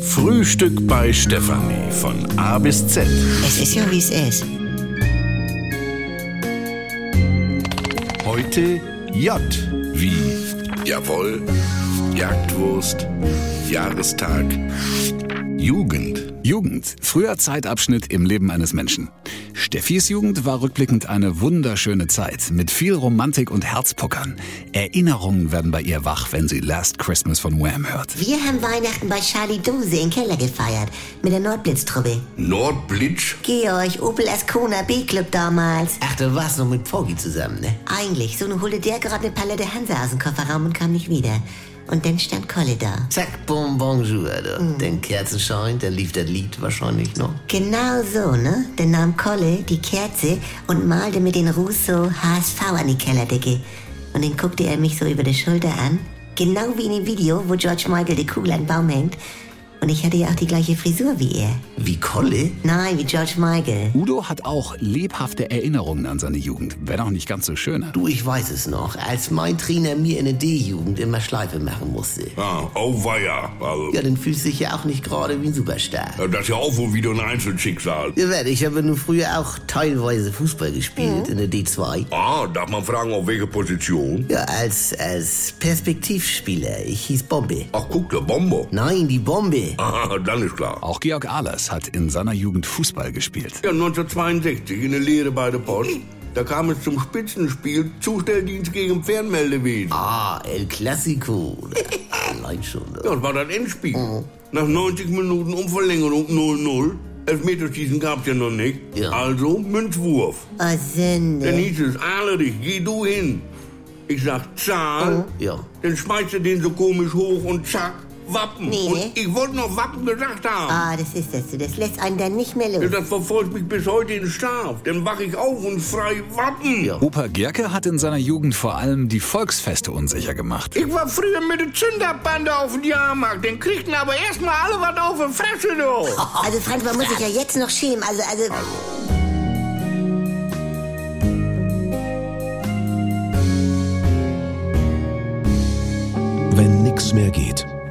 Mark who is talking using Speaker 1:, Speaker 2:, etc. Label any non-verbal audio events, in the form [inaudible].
Speaker 1: Frühstück bei Stefanie von A bis Z.
Speaker 2: Es ist ja, wie es ist.
Speaker 1: Heute J wie Jawohl, Jagdwurst, Jahrestag, Jugend.
Speaker 3: Jugend, früher Zeitabschnitt im Leben eines Menschen. Steffis Jugend war rückblickend eine wunderschöne Zeit mit viel Romantik und Herzpuckern. Erinnerungen werden bei ihr wach, wenn sie Last Christmas von Wham hört.
Speaker 2: Wir haben Weihnachten bei Charlie Dose im Keller gefeiert. Mit der Nordblitztruppe.
Speaker 1: Nordblitz,
Speaker 2: Georg, Opel Ascona, B-Club damals.
Speaker 4: Ach, du warst noch mit Pogi zusammen, ne?
Speaker 2: Eigentlich, so nun holte der gerade eine Palette Hansa aus dem Kofferraum und kam nicht wieder. Und dann stand Kolle da.
Speaker 4: Zack, boom, bonjour, du. Den Kerzenschein, dann lief das Lied wahrscheinlich noch.
Speaker 2: Genau so, ne? Dann nahm Kolle die Kerze und malte mit den Russo HSV an die Kellerdecke. Und dann guckte er mich so über die Schulter an. Genau wie in dem Video, wo George Michael die Kugel an den Baum hängt. Und ich hatte ja auch die gleiche Frisur wie er.
Speaker 4: Wie Kolle?
Speaker 2: Nein, wie George Michael.
Speaker 3: Udo hat auch lebhafte Erinnerungen an seine Jugend, wenn auch nicht ganz so schöne.
Speaker 4: Du, ich weiß es noch, als mein Trainer mir in der D-Jugend immer Schleife machen musste.
Speaker 5: Ah, oh weia. Also,
Speaker 4: Ja, dann fühlst du dich ja auch nicht gerade wie ein Superstar.
Speaker 5: das ist ja auch wohl wieder ein Einzelschicksal.
Speaker 4: Ja, werde ich habe nur früher auch teilweise Fußball gespielt in der D2.
Speaker 5: Ah, darf man fragen, auf welche Position?
Speaker 4: Ja, als, als Perspektivspieler. Ich hieß Bombe.
Speaker 5: Ach, guck, der Bomber. [laughs]
Speaker 4: Nein, die Bombe.
Speaker 5: Ah, dann ist klar.
Speaker 3: Auch Georg Ahlers hat in seiner Jugend Fußball gespielt.
Speaker 5: Ja, 1962 in der Lehre bei der Post. Da kam es zum Spitzenspiel Zustelldienst gegen Fernmeldewesen.
Speaker 4: Ah, El Clasico. [laughs] Allein schon. ne?
Speaker 5: Ja, das war das Endspiel. Nach 90 Minuten Umverlängerung 0-0. Elfmeterschießen gab's ja noch nicht.
Speaker 4: Ja.
Speaker 5: Also Münzwurf.
Speaker 2: Oh, Sünde.
Speaker 5: Dann hieß es, Ahlerich, geh du hin. Ich sag, Zahl.
Speaker 4: Ja.
Speaker 5: Dann schmeißt er den so komisch hoch und zack, Wappen.
Speaker 2: Nee.
Speaker 5: Und ich wollte noch Wappen gesagt haben.
Speaker 2: Ah, das ist das so. Das lässt einen dann nicht mehr
Speaker 5: Ja,
Speaker 2: los.
Speaker 5: Das verfolgt mich bis heute in Schlaf. Dann wach ich auf und frei Wappen.
Speaker 4: Ja.
Speaker 3: Opa Gerke hat in seiner Jugend vor allem die Volksfeste unsicher gemacht.
Speaker 5: Ich war früher mit der Zünderbande auf dem Jahrmarkt. Dann kriegten aber erstmal alle was auf die Fresse, du.
Speaker 2: Also Franz, man muss sich ja jetzt noch schämen. Also, also,
Speaker 6: Wenn nix mehr geht.